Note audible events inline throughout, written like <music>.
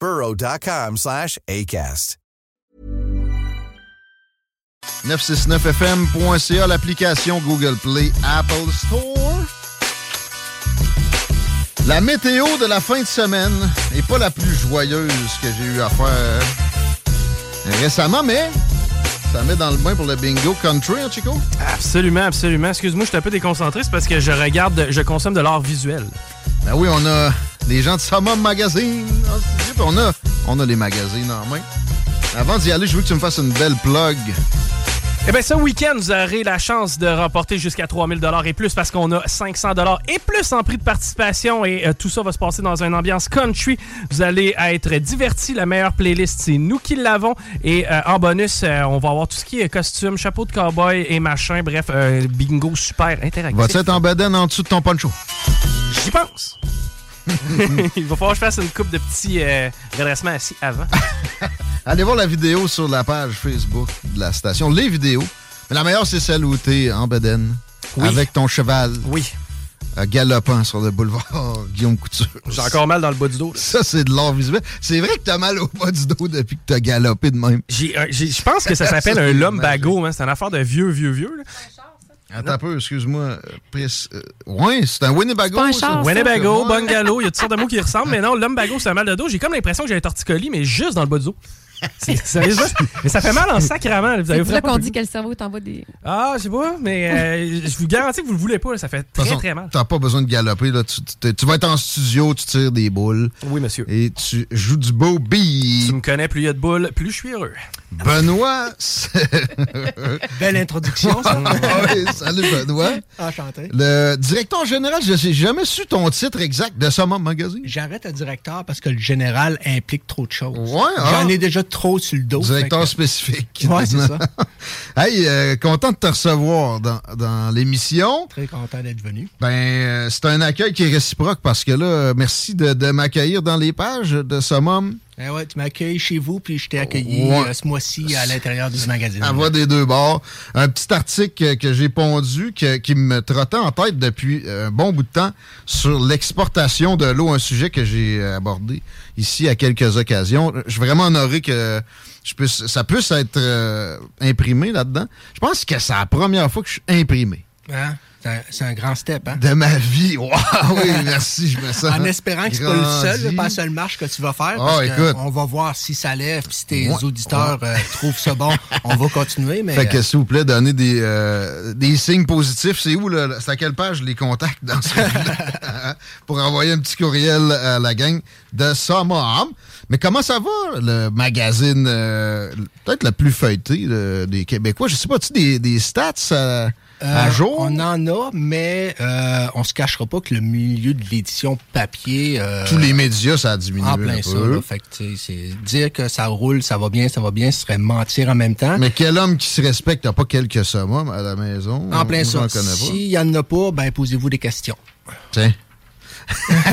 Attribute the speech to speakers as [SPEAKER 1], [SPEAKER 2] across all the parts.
[SPEAKER 1] burrow.com slash ACAST.
[SPEAKER 2] 969fm.ca, l'application Google Play, Apple Store. La météo de la fin de semaine n'est pas la plus joyeuse que j'ai eu à faire récemment, mais ça met dans le bain pour le bingo country, hein, Chico?
[SPEAKER 3] Absolument, absolument. Excuse-moi, je suis un peu déconcentré, c'est parce que je regarde, je consomme de l'art visuel.
[SPEAKER 2] Ben oui, on a les gens de Summum Magazine. en studio, puis On a, on a les magazines en main. Avant d'y aller, je veux que tu me fasses une belle plug.
[SPEAKER 3] Eh bien, ce week-end, vous aurez la chance de remporter jusqu'à 3000 dollars et plus parce qu'on a 500 dollars et plus en prix de participation et euh, tout ça va se passer dans une ambiance country. Vous allez être divertis. La meilleure playlist, c'est nous qui l'avons. Et euh, en bonus, euh, on va avoir tout ce qui est costume, chapeau de cowboy et machin. Bref, un bingo super interactif.
[SPEAKER 2] Vas-tu être en bedaine en dessous de ton poncho?
[SPEAKER 3] J'y pense. <laughs> Il va falloir que je fasse une coupe de petits euh, redressements assis avant.
[SPEAKER 2] Allez voir la vidéo sur la page Facebook de la station. Les vidéos. Mais la meilleure, c'est celle où t'es en bedaine.
[SPEAKER 3] Oui.
[SPEAKER 2] Avec ton cheval
[SPEAKER 3] Oui.
[SPEAKER 2] euh, galopant sur le boulevard <laughs> Guillaume Couture.
[SPEAKER 3] J'ai encore mal dans le bas du dos. là.
[SPEAKER 2] Ça, c'est de l'art visuel. C'est vrai que t'as mal au bas du dos depuis que t'as galopé de même.
[SPEAKER 3] J'ai un- j'ai- Je pense que ça s'appelle un lumbago. Hein. C'est une affaire de vieux, vieux, vieux. là.
[SPEAKER 2] Attends un peu, excuse-moi. euh, Pris- euh, ouais, c'est un Winnebago.
[SPEAKER 4] C'est pas un
[SPEAKER 2] ça.
[SPEAKER 4] char, ça.
[SPEAKER 3] Winnebago,
[SPEAKER 2] Ouais.
[SPEAKER 3] bungalow, il y a toutes sortes de mots qui ressemblent, mais non, lumbago, c'est un mal de dos. J'ai comme l'impression que j'ai un torticolis, mais juste dans le bas du dos. C'est- Sérieusement? Mais ça fait mal en sacrament. là. Ben, Vous avez
[SPEAKER 4] C'est là
[SPEAKER 3] vraiment
[SPEAKER 4] qu'on
[SPEAKER 3] pas
[SPEAKER 4] dit
[SPEAKER 3] vu.
[SPEAKER 4] que le cerveau t'envoie des.
[SPEAKER 3] Ah, je sais pas, mais euh, je vous garantis que vous le voulez pas. là. Ça fait
[SPEAKER 2] De toute
[SPEAKER 3] très,
[SPEAKER 2] façon,
[SPEAKER 3] très mal.
[SPEAKER 2] T'as pas besoin de galoper. Là. Tu, tu- tu vas être en studio, tu tires des boules
[SPEAKER 3] Oui, monsieur.
[SPEAKER 2] et tu joues du beau
[SPEAKER 3] Tu
[SPEAKER 2] beat.
[SPEAKER 3] me connais, plus il y a de boules, plus je suis heureux.
[SPEAKER 2] Benoît, c'est-
[SPEAKER 5] Belle
[SPEAKER 2] <laughs>
[SPEAKER 5] introduction, <laughs> ça.
[SPEAKER 2] Ouais, salut Benoît.
[SPEAKER 5] Enchanté.
[SPEAKER 2] Le directeur général, je sais jamais su ton titre exact de Summum Magazine.
[SPEAKER 5] J'arrête le directeur parce que le général implique trop de choses.
[SPEAKER 2] Ouais, ah.
[SPEAKER 5] J'en ai déjà trop sur le dos.
[SPEAKER 2] Directeur
[SPEAKER 5] fait
[SPEAKER 2] spécifique.
[SPEAKER 5] que- Ouais, c'est ça.
[SPEAKER 2] <laughs> Hey, euh, content de te recevoir dans, dans l'émission.
[SPEAKER 5] Très content d'être venu.
[SPEAKER 2] Ben, euh, c'est un accueil qui est réciproque parce que là, merci de, de m'accueillir dans les pages de Summum.
[SPEAKER 5] Eh ouais, tu m'accueilles chez vous, puis je t'ai accueilli
[SPEAKER 2] Ouais.
[SPEAKER 5] euh, ce mois-ci à l'intérieur du magazine.
[SPEAKER 2] Elle va des deux bords. Un petit article que- que j'ai pondu que- qui me trottait en tête depuis un bon bout de temps sur l'exportation de l'eau, un sujet que j'ai euh, abordé ici à quelques occasions. Je suis vraiment honoré que je puisse, ça puisse être euh, imprimé là-dedans. Je pense que c'est la première fois que je suis imprimé
[SPEAKER 5] Hein? C'est un- C'est un, grand step, hein?
[SPEAKER 2] de ma vie. <laughs> Waouh, oui, merci, je me sens.
[SPEAKER 5] En espérant que c'est pas le seul, là,
[SPEAKER 2] grandi.
[SPEAKER 5] pas la seule marche que tu vas faire.
[SPEAKER 2] Ah,
[SPEAKER 5] parce que
[SPEAKER 2] écoute.
[SPEAKER 5] On va voir si ça lève, puis si tes
[SPEAKER 2] Ouais.
[SPEAKER 5] auditeurs euh, trouvent ça bon. On va continuer, mais. euh,
[SPEAKER 2] Fait que s'il vous plaît, donnez des, euh, des signes positifs. C'est où, là? C'est à quelle page les contacts dans
[SPEAKER 5] <laughs>
[SPEAKER 2] ce là <laughs> Pour envoyer un petit courriel à la gang de Samaham. Mais comment ça va, le magazine, euh, peut-être le plus feuilleté euh, des Québécois? Je sais pas, tu des, des stats à, à
[SPEAKER 5] Euh,
[SPEAKER 2] jour?
[SPEAKER 5] On en a, mais euh, on se cachera pas que le milieu de l'édition papier. euh,
[SPEAKER 2] Tous les médias, ça a diminué
[SPEAKER 5] en
[SPEAKER 2] un
[SPEAKER 5] plein ça.
[SPEAKER 2] peu.
[SPEAKER 5] là. Fait que, tu sais, c'est- dire que ça roule, ça va bien, ça va bien, ce serait mentir en même temps.
[SPEAKER 2] Mais quel homme qui se respecte n'a pas quelques summums à la maison?
[SPEAKER 5] en plein
[SPEAKER 2] J'en
[SPEAKER 5] ça.
[SPEAKER 2] connais pas.
[SPEAKER 5] S'il y en a pas, ben posez-vous des questions.
[SPEAKER 2] Tiens.
[SPEAKER 5] <laughs>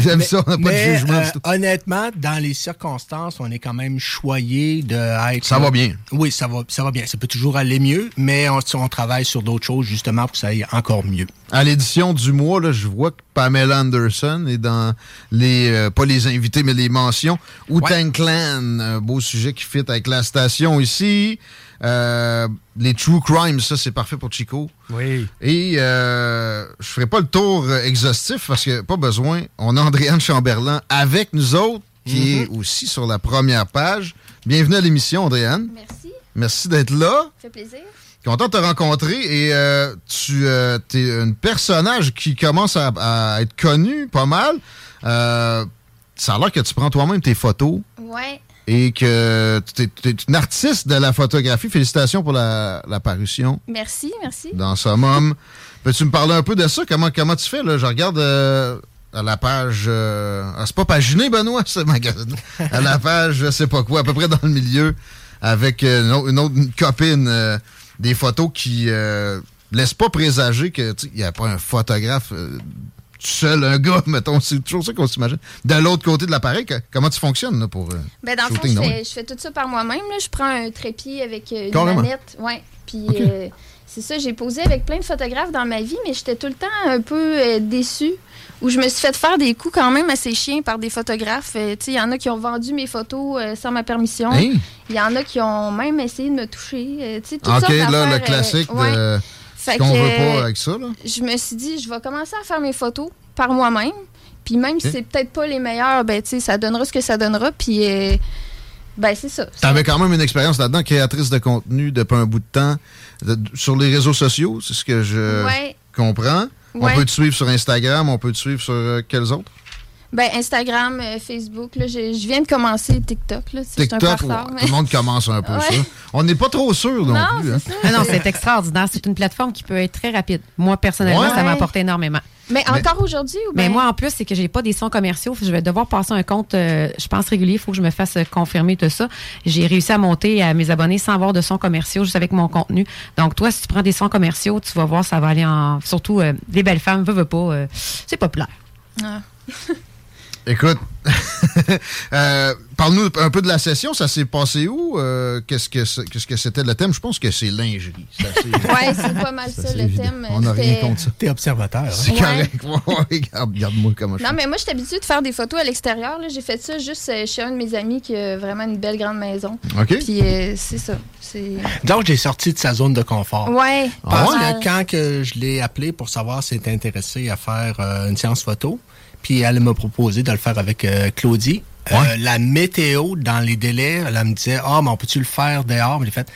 [SPEAKER 2] J'aime ça, on n'a <laughs> pas
[SPEAKER 5] Mais,
[SPEAKER 2] de jugement.
[SPEAKER 5] euh,
[SPEAKER 2] du tout.
[SPEAKER 5] honnêtement, dans les circonstances, on est quand même choyé de être.
[SPEAKER 2] Ça va bien.
[SPEAKER 5] Oui, ça va, ça va bien. Ça peut toujours aller mieux, mais on, on travaille sur d'autres choses justement pour que ça aille encore mieux.
[SPEAKER 2] À l'édition du mois, là, je vois que Pamela Anderson est dans les, euh, pas les invités, mais les mentions. Wu-Tang Clan, un beau sujet qui fit avec la station ici. Euh, les True Crimes, ça, c'est parfait pour Chico.
[SPEAKER 3] Oui.
[SPEAKER 2] Et euh, je ferai pas le tour euh, exhaustif parce que pas besoin. On a Andréane Chamberlain avec nous autres, qui est aussi sur la première page. Bienvenue à l'émission, Andréane.
[SPEAKER 6] Merci,
[SPEAKER 2] Merci d'être là.
[SPEAKER 6] ça fait plaisir.
[SPEAKER 2] Content de te rencontrer et euh, tu es un personnage qui commence à, à être connu pas mal. Euh, ça a l'air que tu prends toi-même tes photos
[SPEAKER 6] Ouais,
[SPEAKER 2] et que tu es, une artiste de la photographie. Félicitations pour la, la parution
[SPEAKER 6] merci, merci.
[SPEAKER 2] dans Summum. Peux-tu me parler un peu de ça? Comment, comment tu fais? Là? Je regarde euh, à la page... euh, ah, c'est pas paginé, Benoît, ce magazine. À la page, je sais pas quoi, à peu près dans le milieu, avec euh, une au- une autre une copine, euh, des photos qui euh, laissent pas présager que tu sais, il n'y a pas un photographe... euh, tout seul, un gars, <laughs> mettons, c'est toujours ça qu'on s'imagine. De l'autre côté de l'appareil, que- comment tu fonctionnes là, pour... euh,
[SPEAKER 6] Ben, dans le fond,
[SPEAKER 2] shooting
[SPEAKER 6] je
[SPEAKER 2] de
[SPEAKER 6] fais,
[SPEAKER 2] même?
[SPEAKER 6] je fais tout ça par moi-même. là. Je prends un trépied avec euh, une
[SPEAKER 2] Carrément.
[SPEAKER 6] manette. Ouais. Puis euh, c'est ça, j'ai posé avec plein de photographes dans ma vie, mais j'étais tout le temps un peu euh, déçue. Où je me suis fait faire des coups quand même assez chiens par des photographes. Euh, tu sais, il y en a qui ont vendu mes photos euh, sans ma permission. Il
[SPEAKER 2] Hein?
[SPEAKER 6] y en a qui ont même essayé de me toucher. Euh, tu sais, toutes
[SPEAKER 2] Ok,
[SPEAKER 6] sortes
[SPEAKER 2] là, le
[SPEAKER 6] d'affaires, euh,
[SPEAKER 2] classique
[SPEAKER 6] ouais.
[SPEAKER 2] de
[SPEAKER 6] Fait
[SPEAKER 2] ce qu'on
[SPEAKER 6] que,
[SPEAKER 2] veut pas
[SPEAKER 6] euh,
[SPEAKER 2] avec ça, là.
[SPEAKER 6] je me suis dit, je vais commencer à faire mes photos par moi-même. Puis même si
[SPEAKER 2] Ok.
[SPEAKER 6] c'est peut-être pas les meilleurs, ben, tu sais, ça donnera ce que ça donnera. Puis, euh, ben, c'est ça.
[SPEAKER 2] T'avais quand même une expérience là-dedans, créatrice de contenu depuis un bout de temps de- de- sur les réseaux sociaux, c'est ce que je
[SPEAKER 6] Ouais.
[SPEAKER 2] comprends. On
[SPEAKER 6] Ouais.
[SPEAKER 2] peut te suivre sur Instagram, on peut te suivre sur euh, quels autres?
[SPEAKER 6] Ben, Instagram, euh, Facebook, là, je, je viens de commencer TikTok, là. C'est un peu en
[SPEAKER 2] TikTok,
[SPEAKER 6] retard,
[SPEAKER 2] ouais,
[SPEAKER 6] mais-
[SPEAKER 2] tout le monde commence un
[SPEAKER 6] <laughs>
[SPEAKER 2] peu
[SPEAKER 6] Ouais.
[SPEAKER 2] ça. On n'est pas trop sûr non,
[SPEAKER 6] Non,
[SPEAKER 2] plus.
[SPEAKER 6] c'est
[SPEAKER 2] hein.
[SPEAKER 6] ça.
[SPEAKER 7] Ah non, c'est extraordinaire. C'est une plateforme qui peut être très rapide. Moi, personnellement,
[SPEAKER 2] Ouais.
[SPEAKER 7] ça m'apporte énormément.
[SPEAKER 6] Mais encore aujourd'hui ou
[SPEAKER 7] Mais
[SPEAKER 6] ben-
[SPEAKER 7] moi, en plus, c'est que j'ai pas des sons commerciaux. Je vais devoir passer un compte, euh, je pense, régulier. Il faut que je me fasse euh, confirmer tout ça. J'ai réussi à monter à mes abonnés sans avoir de sons commerciaux, juste avec mon contenu. Donc, toi, si tu prends des sons commerciaux, tu vas voir, ça va aller en. Surtout, euh, les belles femmes, veut, veut pas. euh, c'est populaire.
[SPEAKER 6] Ah.
[SPEAKER 2] Écoute, <laughs> euh, parle-nous un peu de la session, ça s'est passé où? Euh, qu'est-ce, que c'est- qu'est-ce que c'était le thème? Je pense que c'est lingerie. C'est assez-
[SPEAKER 6] <laughs> Ouais, c'est pas mal ça,
[SPEAKER 2] c'est
[SPEAKER 6] le
[SPEAKER 2] évident.
[SPEAKER 6] thème.
[SPEAKER 2] On n'a rien
[SPEAKER 6] C'était-
[SPEAKER 2] contre ça.
[SPEAKER 5] T'es observateur. hein.
[SPEAKER 2] C'est
[SPEAKER 6] Ouais.
[SPEAKER 2] correct. Ouais, ouais, regarde- Regarde-moi comment je
[SPEAKER 6] Non,
[SPEAKER 2] suis.
[SPEAKER 6] mais moi, je suis habituée de faire des photos à l'extérieur. là. J'ai fait ça juste euh, chez un de mes amis qui a vraiment une belle grande maison.
[SPEAKER 2] OK?
[SPEAKER 6] Puis, euh, c'est ça. C'est...
[SPEAKER 5] Donc, j'ai sorti de sa zone de confort.
[SPEAKER 6] Ouais.
[SPEAKER 5] Parce
[SPEAKER 6] pas mal.
[SPEAKER 5] que quand que je l'ai appelé pour savoir si elle était intéressée à faire euh, une séance photo, puis elle m'a proposé de le faire avec euh, Claudie. Euh, la météo, dans les délais, elle me disait Ah, mais on peut-tu le faire dehors Mais j'ai fait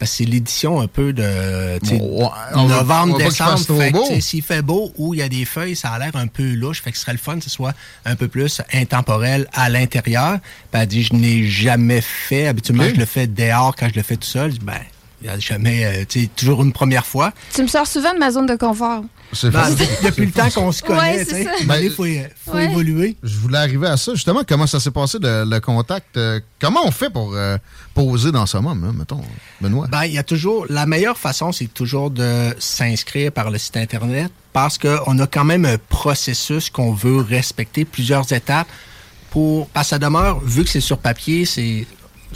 [SPEAKER 5] Ben, c'est l'édition un peu de tu sais,
[SPEAKER 2] Bon, ouais, on va- on
[SPEAKER 5] novembre,
[SPEAKER 2] va pas qu'il
[SPEAKER 5] décembre.
[SPEAKER 2] fasse trop
[SPEAKER 5] Fait que,
[SPEAKER 2] beau.
[SPEAKER 5] tu sais, S'il fait beau ou il y a des feuilles, ça a l'air un peu louche. Fait que ce serait le fun que ce soit un peu plus intemporel à l'intérieur. Ben, elle dit Je n'ai jamais fait. Habituellement,
[SPEAKER 2] Ok.
[SPEAKER 5] je le fais dehors quand je le fais tout seul. Je dis, Ben, il y a jamais, euh, tu sais, toujours une première fois.
[SPEAKER 6] Tu me sors souvent de ma zone de confort.
[SPEAKER 2] C'est
[SPEAKER 5] Ben,
[SPEAKER 2] facile.
[SPEAKER 5] <laughs> depuis le temps qu'on se connaît,
[SPEAKER 6] Ouais,
[SPEAKER 5] tu
[SPEAKER 6] c'est
[SPEAKER 5] sais.
[SPEAKER 6] ça.
[SPEAKER 5] Ben, il faut, euh, faut
[SPEAKER 6] Ouais.
[SPEAKER 5] évoluer.
[SPEAKER 2] Je voulais arriver à ça, justement. Comment ça s'est passé, le, le contact? euh, comment on fait pour euh, poser dans ce moment, hein, mettons, Benoît?
[SPEAKER 5] Ben, il y a toujours la meilleure façon, c'est toujours de s'inscrire par le site internet parce qu'on a quand même un processus qu'on veut respecter, plusieurs étapes. pour. Parce que ça demeure, vu que c'est sur papier, c'est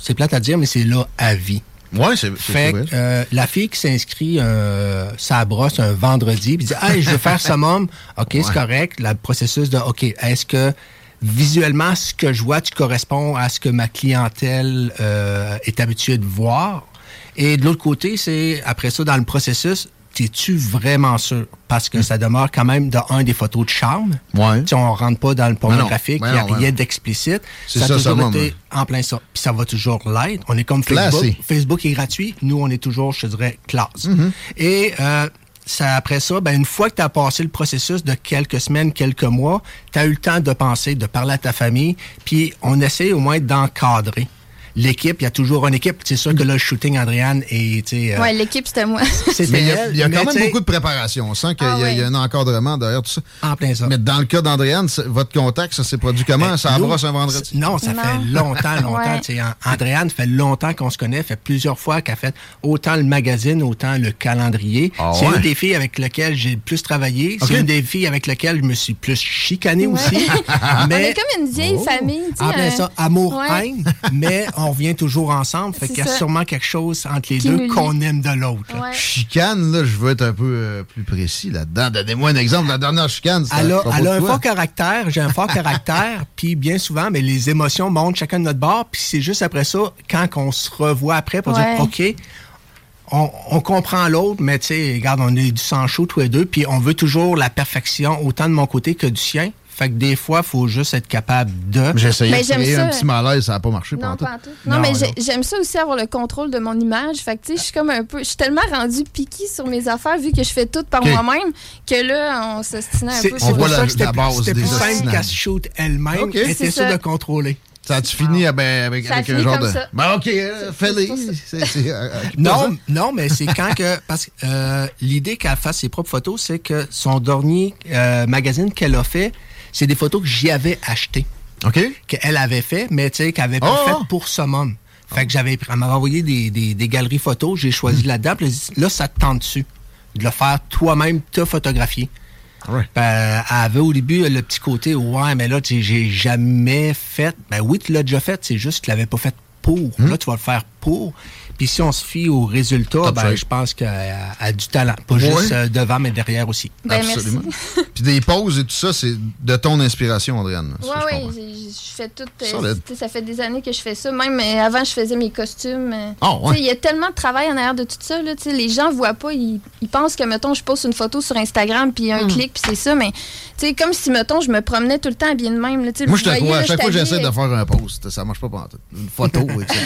[SPEAKER 5] c'est plate à dire, mais c'est là à vie.
[SPEAKER 2] Ouais, c'est c'est
[SPEAKER 5] Ben, Fait
[SPEAKER 2] vrai.
[SPEAKER 5] que, euh, la fille qui s'inscrit euh, sa brosse un vendredi, puis dit Hey, je veux faire summum. <laughs> OK, c'est correct. Le processus de OK, est-ce que visuellement, ce que je vois, tu corresponds à ce que ma clientèle euh, est habituée de voir? Et de l'autre côté, c'est après ça, dans le processus, t'es-tu vraiment sûr? Parce que ça demeure quand même dans un des photos de charme.
[SPEAKER 2] Hmm. Ouais.
[SPEAKER 5] Tu sais, on rentre pas dans le pornographique,
[SPEAKER 2] Ben
[SPEAKER 5] il
[SPEAKER 2] non,
[SPEAKER 5] n'y a
[SPEAKER 2] ben non.
[SPEAKER 5] rien d'explicite.
[SPEAKER 2] C'est
[SPEAKER 5] a
[SPEAKER 2] ça,
[SPEAKER 5] toujours
[SPEAKER 2] summum.
[SPEAKER 5] été en plein ça. Puis ça va toujours l'être. On est comme
[SPEAKER 2] Classé.
[SPEAKER 5] Facebook. Facebook est gratuit. Nous, on est toujours, je te dirais, classe.
[SPEAKER 2] Mm-hmm.
[SPEAKER 5] Et euh, ça, après ça, ben, une fois que tu as passé le processus de quelques semaines, quelques mois, tu as eu le temps de penser, de parler à ta famille, puis on essaie au moins d'encadrer. L'équipe, il y a toujours une équipe. C'est sûr que là, le shooting, Andréane, est... tu sais, euh, <laughs>
[SPEAKER 6] Ouais, l'équipe, c'était moi.
[SPEAKER 5] c'était
[SPEAKER 2] Mais il y a, il y a
[SPEAKER 5] elle,
[SPEAKER 2] quand
[SPEAKER 5] mais tu
[SPEAKER 2] même
[SPEAKER 5] sais,
[SPEAKER 2] beaucoup de préparation. On sent qu'il y a-
[SPEAKER 6] Ah
[SPEAKER 2] il y, a- il y
[SPEAKER 6] ouais.
[SPEAKER 2] a un encadrement derrière tout ça.
[SPEAKER 5] En plein ça.
[SPEAKER 2] Mais dans le cas d'Andréane, c'est- votre contact, ça s'est produit
[SPEAKER 6] Ben,
[SPEAKER 2] comment? Ça
[SPEAKER 5] Ben, Nous,
[SPEAKER 2] brosse un vendredi?
[SPEAKER 5] c'est- Non, ça
[SPEAKER 6] Non. <laughs>
[SPEAKER 5] fait longtemps, longtemps.
[SPEAKER 6] Ouais.
[SPEAKER 5] tu sais, An- Andréane fait longtemps qu'on se connaît, fait plusieurs fois qu'elle a fait autant le magazine, autant le calendrier.
[SPEAKER 2] Ah
[SPEAKER 5] c'est
[SPEAKER 2] ouais?
[SPEAKER 5] une des filles avec lesquelles j'ai le plus travaillé. C'est
[SPEAKER 2] Ok.
[SPEAKER 5] une des filles avec lesquelles je me suis plus chicané aussi.
[SPEAKER 6] <laughs> On
[SPEAKER 5] mais
[SPEAKER 6] est comme une vieille
[SPEAKER 2] Oh.
[SPEAKER 6] famille. tu sais,
[SPEAKER 5] en plein
[SPEAKER 6] un-
[SPEAKER 5] ça, amour,
[SPEAKER 6] Ouais.
[SPEAKER 5] haine, mais on revient toujours
[SPEAKER 6] <laughs>
[SPEAKER 5] ensemble. Fait
[SPEAKER 6] C'est
[SPEAKER 5] qu'il y a
[SPEAKER 6] ça.
[SPEAKER 5] sûrement quelque chose entre les
[SPEAKER 6] Qui nous
[SPEAKER 5] deux
[SPEAKER 6] lie.
[SPEAKER 5] qu'on aime de l'autre. là.
[SPEAKER 6] Ouais.
[SPEAKER 2] Chicane, là, je veux être un peu euh, plus précis là-dedans. Donnez-moi un exemple. La dernière chicane, c'était
[SPEAKER 5] Elle
[SPEAKER 2] à
[SPEAKER 5] a,
[SPEAKER 2] propos
[SPEAKER 5] elle a
[SPEAKER 2] de
[SPEAKER 5] un
[SPEAKER 2] quoi?
[SPEAKER 5] fort caractère, j'ai un <laughs> fort caractère, puis bien souvent, mais les émotions montent chacun de notre bord, puis c'est juste après ça, quand on se revoit après pour
[SPEAKER 6] Ouais.
[SPEAKER 5] dire, OK, on, on comprend l'autre, mais tu sais, regarde, on est du sang chaud tous les deux, puis on veut toujours la perfection, autant de mon côté que du sien. Fait que des fois, faut juste être capable de...
[SPEAKER 2] J'ai essayé
[SPEAKER 6] Mais
[SPEAKER 2] de
[SPEAKER 6] Ben, j'aime
[SPEAKER 2] créer un
[SPEAKER 6] ça.
[SPEAKER 2] petit malaise, ça n'a pas marché
[SPEAKER 6] Non,
[SPEAKER 2] pantoute.
[SPEAKER 6] pas en tout. Non,
[SPEAKER 5] Non,
[SPEAKER 6] mais
[SPEAKER 5] non.
[SPEAKER 6] j'ai- j'aime ça aussi avoir le contrôle de mon image. Fait que, tu sais, je suis comme un peu. Je suis tellement rendue piquée sur mes affaires vu que je fais tout par
[SPEAKER 2] Ok.
[SPEAKER 6] moi-même que là, on s'ostinait un
[SPEAKER 5] C'est
[SPEAKER 6] peu
[SPEAKER 5] c'est
[SPEAKER 2] On
[SPEAKER 6] sur
[SPEAKER 5] pour
[SPEAKER 2] voit
[SPEAKER 5] ça
[SPEAKER 2] la-
[SPEAKER 5] que c'était
[SPEAKER 2] la
[SPEAKER 5] plus-
[SPEAKER 2] base
[SPEAKER 5] c'était
[SPEAKER 2] des
[SPEAKER 5] plus simple
[SPEAKER 2] assassinats.
[SPEAKER 5] qu'elle se shoot elle-même,
[SPEAKER 2] Ok.
[SPEAKER 5] elle
[SPEAKER 6] C'est
[SPEAKER 5] était sûre
[SPEAKER 6] ça.
[SPEAKER 5] de contrôler.
[SPEAKER 2] Ça a-tu fini ben, avec,
[SPEAKER 6] Ça a
[SPEAKER 2] avec un
[SPEAKER 6] fini
[SPEAKER 2] genre
[SPEAKER 6] comme
[SPEAKER 2] de.
[SPEAKER 6] ça.
[SPEAKER 2] Ben, OK, euh, fais-les. C'est- c'est, euh,
[SPEAKER 5] Non, <laughs> non, mais c'est quand que parce que euh, l'idée qu'elle fasse ses propres photos, c'est que son dernier euh, magazine qu'elle a fait, c'est des photos que j'y avais achetées,
[SPEAKER 2] OK?
[SPEAKER 5] qu'elle avait fait, mais tu sais qu'elle avait pas
[SPEAKER 2] Oh!
[SPEAKER 5] fait pour Summum. Fait que j'avais elle m'avait envoyé des, des, des galeries photos, j'ai choisi là-dedans, puis elle dit, là ça te tente dessus de le faire toi-même, te photographier.
[SPEAKER 2] Alright.
[SPEAKER 5] Ben, elle avait au début le petit côté ouais mais là tu sais, j'ai jamais fait ben oui tu l'as déjà fait c'est juste que tu l'avais pas fait pour
[SPEAKER 2] Hmm?
[SPEAKER 5] là tu vas le faire pour puis si on se fie aux résultats
[SPEAKER 2] Top
[SPEAKER 5] ben
[SPEAKER 2] shape.
[SPEAKER 5] je pense qu'elle a- a du talent pas juste euh, devant mais derrière aussi
[SPEAKER 6] Ben,
[SPEAKER 2] Absolument.
[SPEAKER 6] merci.
[SPEAKER 2] Puis des pauses et tout ça, c'est de ton inspiration, Andréane.
[SPEAKER 6] Oui,
[SPEAKER 2] ça, je
[SPEAKER 6] oui,
[SPEAKER 2] comprends.
[SPEAKER 6] je je fais tout. euh,
[SPEAKER 2] Solide.
[SPEAKER 6] tu sais, ça fait des années que je fais ça. Même euh, avant, je faisais mes costumes. euh,
[SPEAKER 2] Ah, ouais.
[SPEAKER 6] tu sais, Il y a tellement de travail en arrière de tout ça. Là, tu sais, les gens voient pas. Ils, ils pensent que, mettons, je poste une photo sur Instagram, puis un clic, puis c'est ça. Mais tu sais, comme si, mettons, je me promenais tout le temps bien de même. Là, tu sais,
[SPEAKER 2] Moi,
[SPEAKER 6] vous
[SPEAKER 2] je te
[SPEAKER 6] voyez,
[SPEAKER 2] crois.
[SPEAKER 6] là,
[SPEAKER 2] À chaque fois que
[SPEAKER 6] j'étais
[SPEAKER 2] j'essaie de
[SPEAKER 6] habillée-
[SPEAKER 2] faire un post, ça marche pas pantoute. Une photo, etc.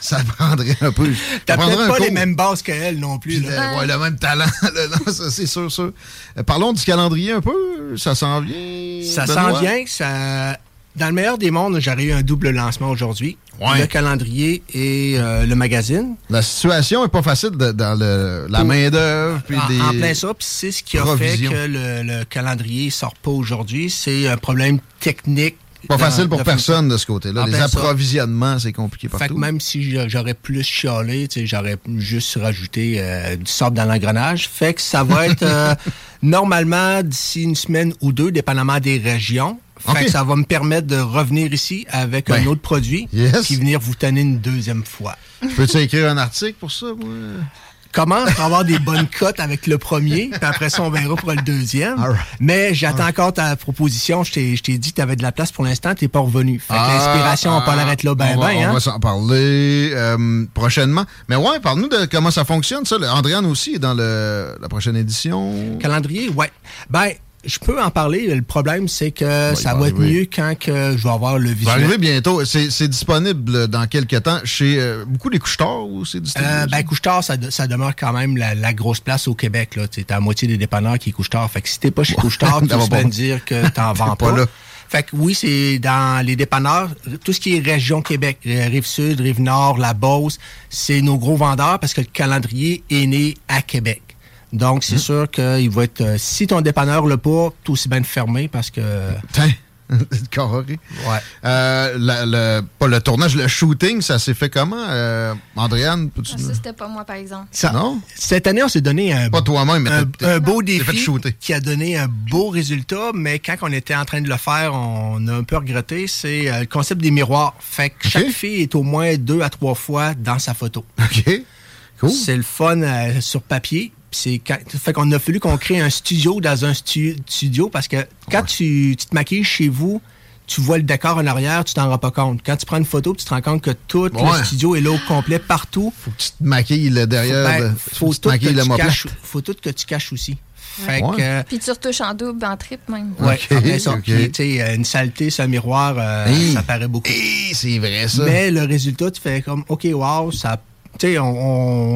[SPEAKER 2] ça prendrait un peu.
[SPEAKER 5] t'as
[SPEAKER 2] ça prendrait
[SPEAKER 5] peut-être
[SPEAKER 2] un
[SPEAKER 5] pas les
[SPEAKER 2] cours.
[SPEAKER 5] mêmes bases qu'elle non plus
[SPEAKER 2] Puis euh,
[SPEAKER 5] là.
[SPEAKER 2] le, ouais, le même talent. <laughs> là, non, ça, c'est sûr, sûr. Euh, parlons du calendrier un peu. Ça s'en vient.
[SPEAKER 5] Ça
[SPEAKER 2] Benoît?
[SPEAKER 5] s'en vient. Ça... Dans le meilleur des mondes, j'aurais eu un double lancement aujourd'hui.
[SPEAKER 2] Ouais.
[SPEAKER 5] Le calendrier et euh, le magazine.
[SPEAKER 2] La situation est pas facile de- dans le, la main-d'œuvre. puis
[SPEAKER 5] en,
[SPEAKER 2] des-
[SPEAKER 5] en plein ça, puis c'est ce qui a fait
[SPEAKER 2] provisions.
[SPEAKER 5] que le, le calendrier sort pas aujourd'hui. C'est un problème technique.
[SPEAKER 2] Pas
[SPEAKER 5] dans-
[SPEAKER 2] facile
[SPEAKER 5] Ah, de-
[SPEAKER 2] pour personne de ce côté-là.
[SPEAKER 5] En
[SPEAKER 2] Les
[SPEAKER 5] plein ça.
[SPEAKER 2] approvisionnements, c'est compliqué
[SPEAKER 5] Fait
[SPEAKER 2] partout.
[SPEAKER 5] que même si j'a- j'aurais plus chialé, tu sais, j'aurais juste rajouté euh, du sable dans l'engrenage. Fait que
[SPEAKER 2] <laughs>
[SPEAKER 5] ça va être euh, normalement d'ici une semaine ou deux, dépendamment des régions. Fait
[SPEAKER 2] Ok.
[SPEAKER 5] que ça va me permettre de revenir ici avec
[SPEAKER 2] Ben,
[SPEAKER 5] un autre produit
[SPEAKER 2] yes.
[SPEAKER 5] puis venir vous tanner une deuxième fois.
[SPEAKER 2] Je Peux-tu écrire un article pour ça? moi?
[SPEAKER 5] Commence par avoir des bonnes <laughs> cotes avec le premier, puis après ça, on verra pour le deuxième.
[SPEAKER 2] All right.
[SPEAKER 5] Mais j'attends encore ta proposition. Je t'ai je t'ai dit que tu avais de la place pour l'instant, t'es pas revenu. Fait que l'inspiration, on
[SPEAKER 2] Ah,
[SPEAKER 5] peut l'arrêter là, ben,
[SPEAKER 2] on va,
[SPEAKER 5] ben,
[SPEAKER 2] On
[SPEAKER 5] hein?
[SPEAKER 2] va s'en parler euh, prochainement. Mais ouais, parle-nous de comment ça fonctionne, ça. Le- Andréane aussi est dans le, la prochaine édition.
[SPEAKER 5] Calendrier, ouais. Ben, je peux en parler. Le problème, c'est que
[SPEAKER 2] il
[SPEAKER 5] ça
[SPEAKER 2] va
[SPEAKER 5] va être
[SPEAKER 2] arriver.
[SPEAKER 5] mieux quand que je vais avoir le
[SPEAKER 2] Ça va
[SPEAKER 5] visuel.
[SPEAKER 2] arriver bientôt. C'est c'est disponible dans quelques temps chez euh, beaucoup des couche-tard ou c'est distribué?
[SPEAKER 5] Euh,
[SPEAKER 2] ça?
[SPEAKER 5] ben, Couche-Tard, ça, de- ça demeure quand même la, la grosse place au Québec. là. T'sais, T'as la moitié des dépanneurs qui est Couche-Tard. Fait que si t'es pas chez
[SPEAKER 2] <laughs>
[SPEAKER 5] Couche-Tard, tu
[SPEAKER 2] Ça va pas.
[SPEAKER 5] vas me dire que
[SPEAKER 2] <laughs>
[SPEAKER 5] t'en vends
[SPEAKER 2] pas
[SPEAKER 5] pas.
[SPEAKER 2] là.
[SPEAKER 5] Fait que oui, c'est dans les dépanneurs, tout ce qui est région Québec, euh, Rive-Sud, Rive-Nord, la Beauce, c'est nos gros vendeurs parce que le calendrier est né à Québec.
[SPEAKER 2] Hum.
[SPEAKER 5] Donc, c'est sûr qu'il va être... euh, si ton dépanneur l'a pas, tout aussi bien de fermer parce que...
[SPEAKER 2] <laughs> Putain, Cororé. Euh, la- le, pas le tournage, le shooting, ça s'est fait comment? Euh, Andréane, peux-tu
[SPEAKER 6] Ah,
[SPEAKER 2] nous-
[SPEAKER 6] Ça, c'était pas moi, par exemple.
[SPEAKER 5] Ça-
[SPEAKER 2] Non? <laughs>
[SPEAKER 5] Cette année, on s'est donné un,
[SPEAKER 2] Pas toi-même, mais
[SPEAKER 5] un-
[SPEAKER 2] t'as-
[SPEAKER 5] un beau
[SPEAKER 2] t'es fait
[SPEAKER 5] défi
[SPEAKER 2] shooter.
[SPEAKER 5] qui a donné un beau résultat, mais quand on était en train de le faire, on a un peu regretté. C'est euh, le concept des miroirs. Fait que chaque
[SPEAKER 2] Ok.
[SPEAKER 5] fille est au moins deux à trois fois dans sa photo.
[SPEAKER 2] OK. Cool.
[SPEAKER 5] C'est le fun euh, sur papier. Puis C'est quand- fait qu'on a fallu qu'on crée un studio dans un stu- studio parce que quand tu, tu te maquilles chez vous, tu vois le décor en arrière, tu t'en rends pas compte. Quand tu prends une photo, tu te rends compte que tout
[SPEAKER 2] Ouais.
[SPEAKER 5] le studio est là au complet partout.
[SPEAKER 2] Faut que tu te maquilles le derrière.
[SPEAKER 5] Ben,
[SPEAKER 2] de-
[SPEAKER 5] faut,
[SPEAKER 2] tu te
[SPEAKER 5] tout que
[SPEAKER 2] maquilles
[SPEAKER 5] tu
[SPEAKER 2] l'omoplate.
[SPEAKER 5] caches, faut tout que tu caches aussi. Fait
[SPEAKER 2] Ouais.
[SPEAKER 5] que, euh,
[SPEAKER 6] Puis tu retouches en double, en triple même.
[SPEAKER 5] ouais,
[SPEAKER 2] Ok,
[SPEAKER 5] après ça,
[SPEAKER 2] ok.
[SPEAKER 5] puis, tu sais, euh, une saleté, c'est un miroir, euh,
[SPEAKER 2] Hey.
[SPEAKER 5] ça paraît beaucoup.
[SPEAKER 2] Hey, c'est vrai, ça.
[SPEAKER 5] Mais le résultat, tu fais comme, OK, wow, ça. Tu sais, on,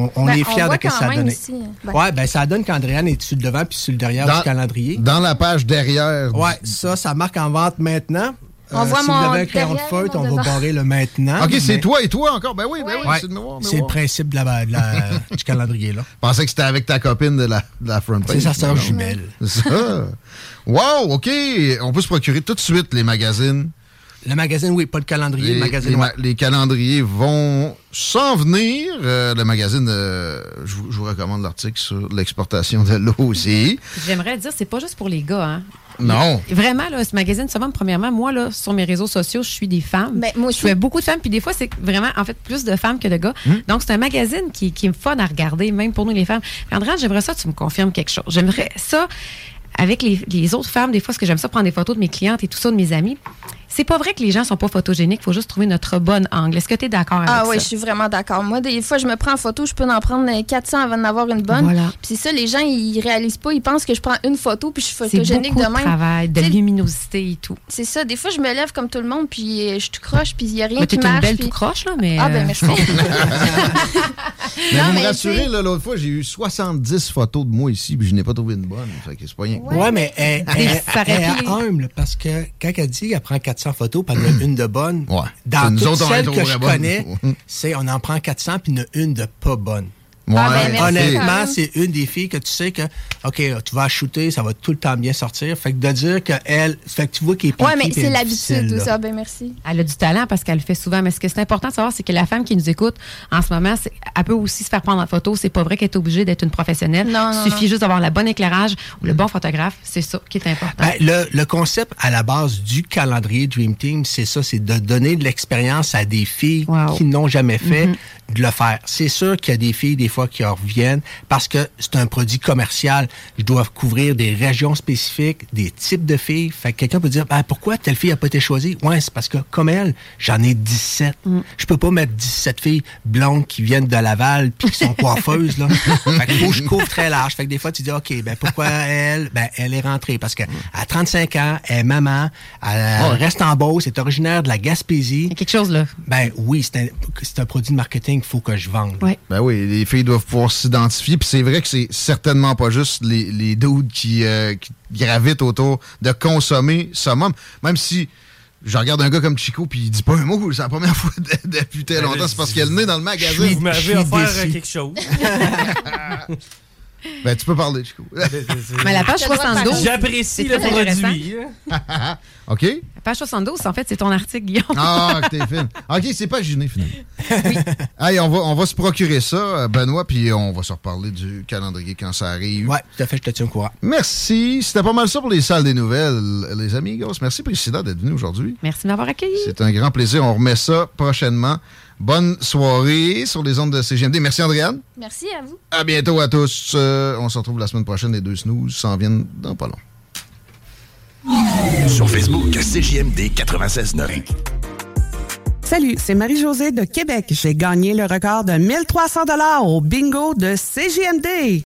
[SPEAKER 5] on- on
[SPEAKER 6] Ben,
[SPEAKER 5] est
[SPEAKER 6] on
[SPEAKER 5] fiers de
[SPEAKER 6] voit
[SPEAKER 5] ce que
[SPEAKER 6] quand
[SPEAKER 5] ça a
[SPEAKER 6] même
[SPEAKER 5] donné.
[SPEAKER 6] ici, hein. Ben.
[SPEAKER 5] Ouais, ben ça donne qu'Andréane est sur le devant puis sur le derrière
[SPEAKER 2] Dans-
[SPEAKER 5] du calendrier.
[SPEAKER 2] Dans la page derrière. du-
[SPEAKER 5] Ouais, ça, ça marque en vente maintenant. Euh,
[SPEAKER 6] On voit
[SPEAKER 5] si vous
[SPEAKER 6] mon
[SPEAKER 5] avez un crayon de
[SPEAKER 6] derrière,
[SPEAKER 5] feutre,
[SPEAKER 6] mon
[SPEAKER 5] on
[SPEAKER 6] devant.
[SPEAKER 5] va barrer le maintenant.
[SPEAKER 2] OK, c'est
[SPEAKER 5] hein? mais-
[SPEAKER 2] toi et toi encore. Ben oui, ben oui,
[SPEAKER 5] Ouais,
[SPEAKER 2] c'est le miroir.
[SPEAKER 5] c'est le
[SPEAKER 2] miroir.
[SPEAKER 5] principe de la, de la- du calendrier, là.
[SPEAKER 2] Je pensais que c'était avec ta copine de la, de la front page.
[SPEAKER 5] C'est sa sœur
[SPEAKER 2] Non.
[SPEAKER 5] jumelle.
[SPEAKER 2] <laughs> C'est ça. Wow, OK. On peut se procurer tout de suite les magazines.
[SPEAKER 5] Le magazine, oui, pas le calendrier, le magazine.
[SPEAKER 2] les
[SPEAKER 5] ouais.
[SPEAKER 2] ma- les calendriers vont s'en venir. Euh, le magazine, euh, je, vous, je vous recommande l'article sur l'exportation de l'eau
[SPEAKER 5] <laughs>
[SPEAKER 2] aussi.
[SPEAKER 7] J'aimerais dire, c'est pas juste pour les gars. Hein.
[SPEAKER 2] Non.
[SPEAKER 7] Vraiment, là, ce magazine Summum, premièrement, moi, là, sur mes réseaux sociaux, je suis des femmes.
[SPEAKER 6] Ben, moi aussi.
[SPEAKER 7] Je fais beaucoup de femmes, puis des fois, c'est vraiment, en fait, plus de femmes que de gars. Donc, c'est un magazine qui, qui est fun à regarder, même pour nous, les femmes. Puis, Andréane, j'aimerais ça, que tu me confirmes quelque chose. J'aimerais ça, avec les, les autres femmes, des fois, ce que j'aime ça, prendre des photos de mes clientes et tout ça, de mes amis. C'est pas vrai que les gens sont pas photogéniques, faut juste trouver notre bon angle. Est-ce que tu es d'accord avec
[SPEAKER 6] Ah
[SPEAKER 7] ça?
[SPEAKER 6] oui, je suis vraiment d'accord. Moi, des fois, je me prends en photo, je peux en prendre euh, 400 avant d'en avoir une bonne.
[SPEAKER 7] Voilà.
[SPEAKER 6] Puis ça, les gens, ils réalisent pas. Ils pensent que je prends une photo puis je suis
[SPEAKER 7] C'est
[SPEAKER 6] photogénique
[SPEAKER 7] beaucoup de,
[SPEAKER 6] de même.
[SPEAKER 7] travail, de
[SPEAKER 6] Tu sais,
[SPEAKER 7] luminosité et tout.
[SPEAKER 6] C'est ça. Des fois, je me lève comme tout le monde puis euh, je tout croche puis il y a rien
[SPEAKER 7] Mais
[SPEAKER 6] qui
[SPEAKER 7] t'es une
[SPEAKER 6] marche.
[SPEAKER 7] belle
[SPEAKER 6] puis-
[SPEAKER 7] tout croche, là, mais.
[SPEAKER 6] Ah, ben,
[SPEAKER 7] euh,
[SPEAKER 6] merci.
[SPEAKER 2] Mais
[SPEAKER 6] Non,
[SPEAKER 2] vous me
[SPEAKER 6] mais tu
[SPEAKER 2] rassurez,
[SPEAKER 6] sais-
[SPEAKER 2] là, l'autre fois, j'ai eu 70 photos de moi ici, puis je n'ai pas trouvé une bonne. Fait que c'est pas rien. que moi.
[SPEAKER 5] Ouais, mais elle,
[SPEAKER 7] Des
[SPEAKER 5] elle- elle
[SPEAKER 7] sarapilés.
[SPEAKER 5] est humble parce que quand elle dit qu'elle prend 400 photos, puis elle en a une de bonne,
[SPEAKER 2] Ouais. Ça,
[SPEAKER 5] dans
[SPEAKER 2] nous
[SPEAKER 5] toutes
[SPEAKER 2] autres, on va
[SPEAKER 5] celles
[SPEAKER 2] être
[SPEAKER 5] que
[SPEAKER 2] au
[SPEAKER 5] je
[SPEAKER 2] rabonne.
[SPEAKER 5] connais,
[SPEAKER 2] Mm.
[SPEAKER 5] c'est on en prend 400 puis il y en a une de pas bonne.
[SPEAKER 6] Ah, ben,
[SPEAKER 2] Ouais,
[SPEAKER 6] merci.
[SPEAKER 2] c'est-
[SPEAKER 6] quand
[SPEAKER 5] Honnêtement,
[SPEAKER 6] même.
[SPEAKER 5] c'est une des filles que tu sais que, OK, tu vas shooter, ça va tout le temps bien sortir. Fait que de dire qu'elle, fait que tu vois qu'elle est piquée,
[SPEAKER 6] Ouais, mais
[SPEAKER 5] puis
[SPEAKER 6] c'est
[SPEAKER 5] elle est
[SPEAKER 6] l'habitude
[SPEAKER 5] difficile,
[SPEAKER 6] tout
[SPEAKER 5] là.
[SPEAKER 6] ça. Ben merci.
[SPEAKER 7] Elle a du talent parce qu'elle le fait souvent. Mais ce que c'est important de savoir, c'est que la femme qui nous écoute en ce moment, c'est- elle peut aussi se faire prendre en photo. C'est pas vrai qu'elle est obligée d'être une professionnelle.
[SPEAKER 6] Non, non,
[SPEAKER 7] Il suffit juste d'avoir le bon éclairage ou le bon photographe. C'est ça qui est important.
[SPEAKER 5] Ben, le, le concept à la base du calendrier Dream Team, c'est ça, c'est de donner de l'expérience à des filles
[SPEAKER 7] Wow.
[SPEAKER 5] qui n'ont jamais fait de le faire. C'est sûr qu'il y a des filles des fois qui en reviennent parce que c'est un produit commercial. Je dois couvrir des régions spécifiques, des types de filles. Fait que quelqu'un peut dire ben, pourquoi telle fille a pas été choisie Ouais, c'est parce que comme elle, j'en ai 17.
[SPEAKER 7] Mm.
[SPEAKER 5] Je peux pas mettre 17 filles blondes qui viennent de Laval puis qui sont
[SPEAKER 7] <laughs>
[SPEAKER 5] coiffeuses là. fait que faut que je couvre très large. Fait que des fois tu dis OK, ben pourquoi elle Ben elle est rentrée parce que
[SPEAKER 7] Mm.
[SPEAKER 5] à 35 ans, elle est maman, elle
[SPEAKER 2] Ouais.
[SPEAKER 5] reste en Beauce, elle est originaire de la Gaspésie.
[SPEAKER 7] Il y a quelque chose là.
[SPEAKER 5] Ben oui, c'est un, c'est un produit de marketing qu'il faut que je vende.
[SPEAKER 7] Ouais.
[SPEAKER 2] Ben oui, les filles doivent pouvoir s'identifier. Puis c'est vrai que c'est certainement pas juste les, les dudes qui, euh, qui gravitent autour de consommer summum. Même si je regarde un gars comme Chico puis il dit pas un mot, c'est la première <laughs> fois de- depuis très longtemps, c'est parce qu'il a le nez dans le
[SPEAKER 3] Vous
[SPEAKER 2] magazine.
[SPEAKER 5] je
[SPEAKER 3] m'avez
[SPEAKER 5] suis
[SPEAKER 3] offert
[SPEAKER 5] déçu.
[SPEAKER 3] euh, quelque chose.
[SPEAKER 7] <laughs>
[SPEAKER 2] Ben tu peux parler, Chico.
[SPEAKER 7] Mais la page
[SPEAKER 6] Ah, T'as le droit
[SPEAKER 7] 72,
[SPEAKER 6] de
[SPEAKER 7] la
[SPEAKER 3] J'apprécie
[SPEAKER 7] C'est
[SPEAKER 3] le
[SPEAKER 7] très intéressant.
[SPEAKER 3] produit. hein.
[SPEAKER 2] <laughs> OK?
[SPEAKER 7] page 72, en fait, c'est ton article, Guillaume.
[SPEAKER 2] Ah, que t'es fine. OK, c'est pas gêné, finalement. Hey, on va, on va se procurer ça, euh, Benoît, puis on va se reparler du calendrier quand ça arrive.
[SPEAKER 5] Ouais, tout à fait, je te tiens au courant.
[SPEAKER 2] Merci. C'était pas mal ça pour les salles des nouvelles, les amigos. Merci, Priscilla, d'être venu aujourd'hui.
[SPEAKER 7] Merci de m'avoir accueilli.
[SPEAKER 2] C'est un grand plaisir. On remet ça prochainement. Bonne soirée sur les ondes de CGMD. Merci, Andréane.
[SPEAKER 6] Merci à vous.
[SPEAKER 2] À bientôt à tous. Euh, on se retrouve la semaine prochaine. Les deux snooze s'en viennent dans pas long.
[SPEAKER 8] Sur Facebook, CJMD 96.9.
[SPEAKER 9] Salut, c'est Marie-Josée de Québec. J'ai gagné le record de 1300 dollars au bingo de CGMD.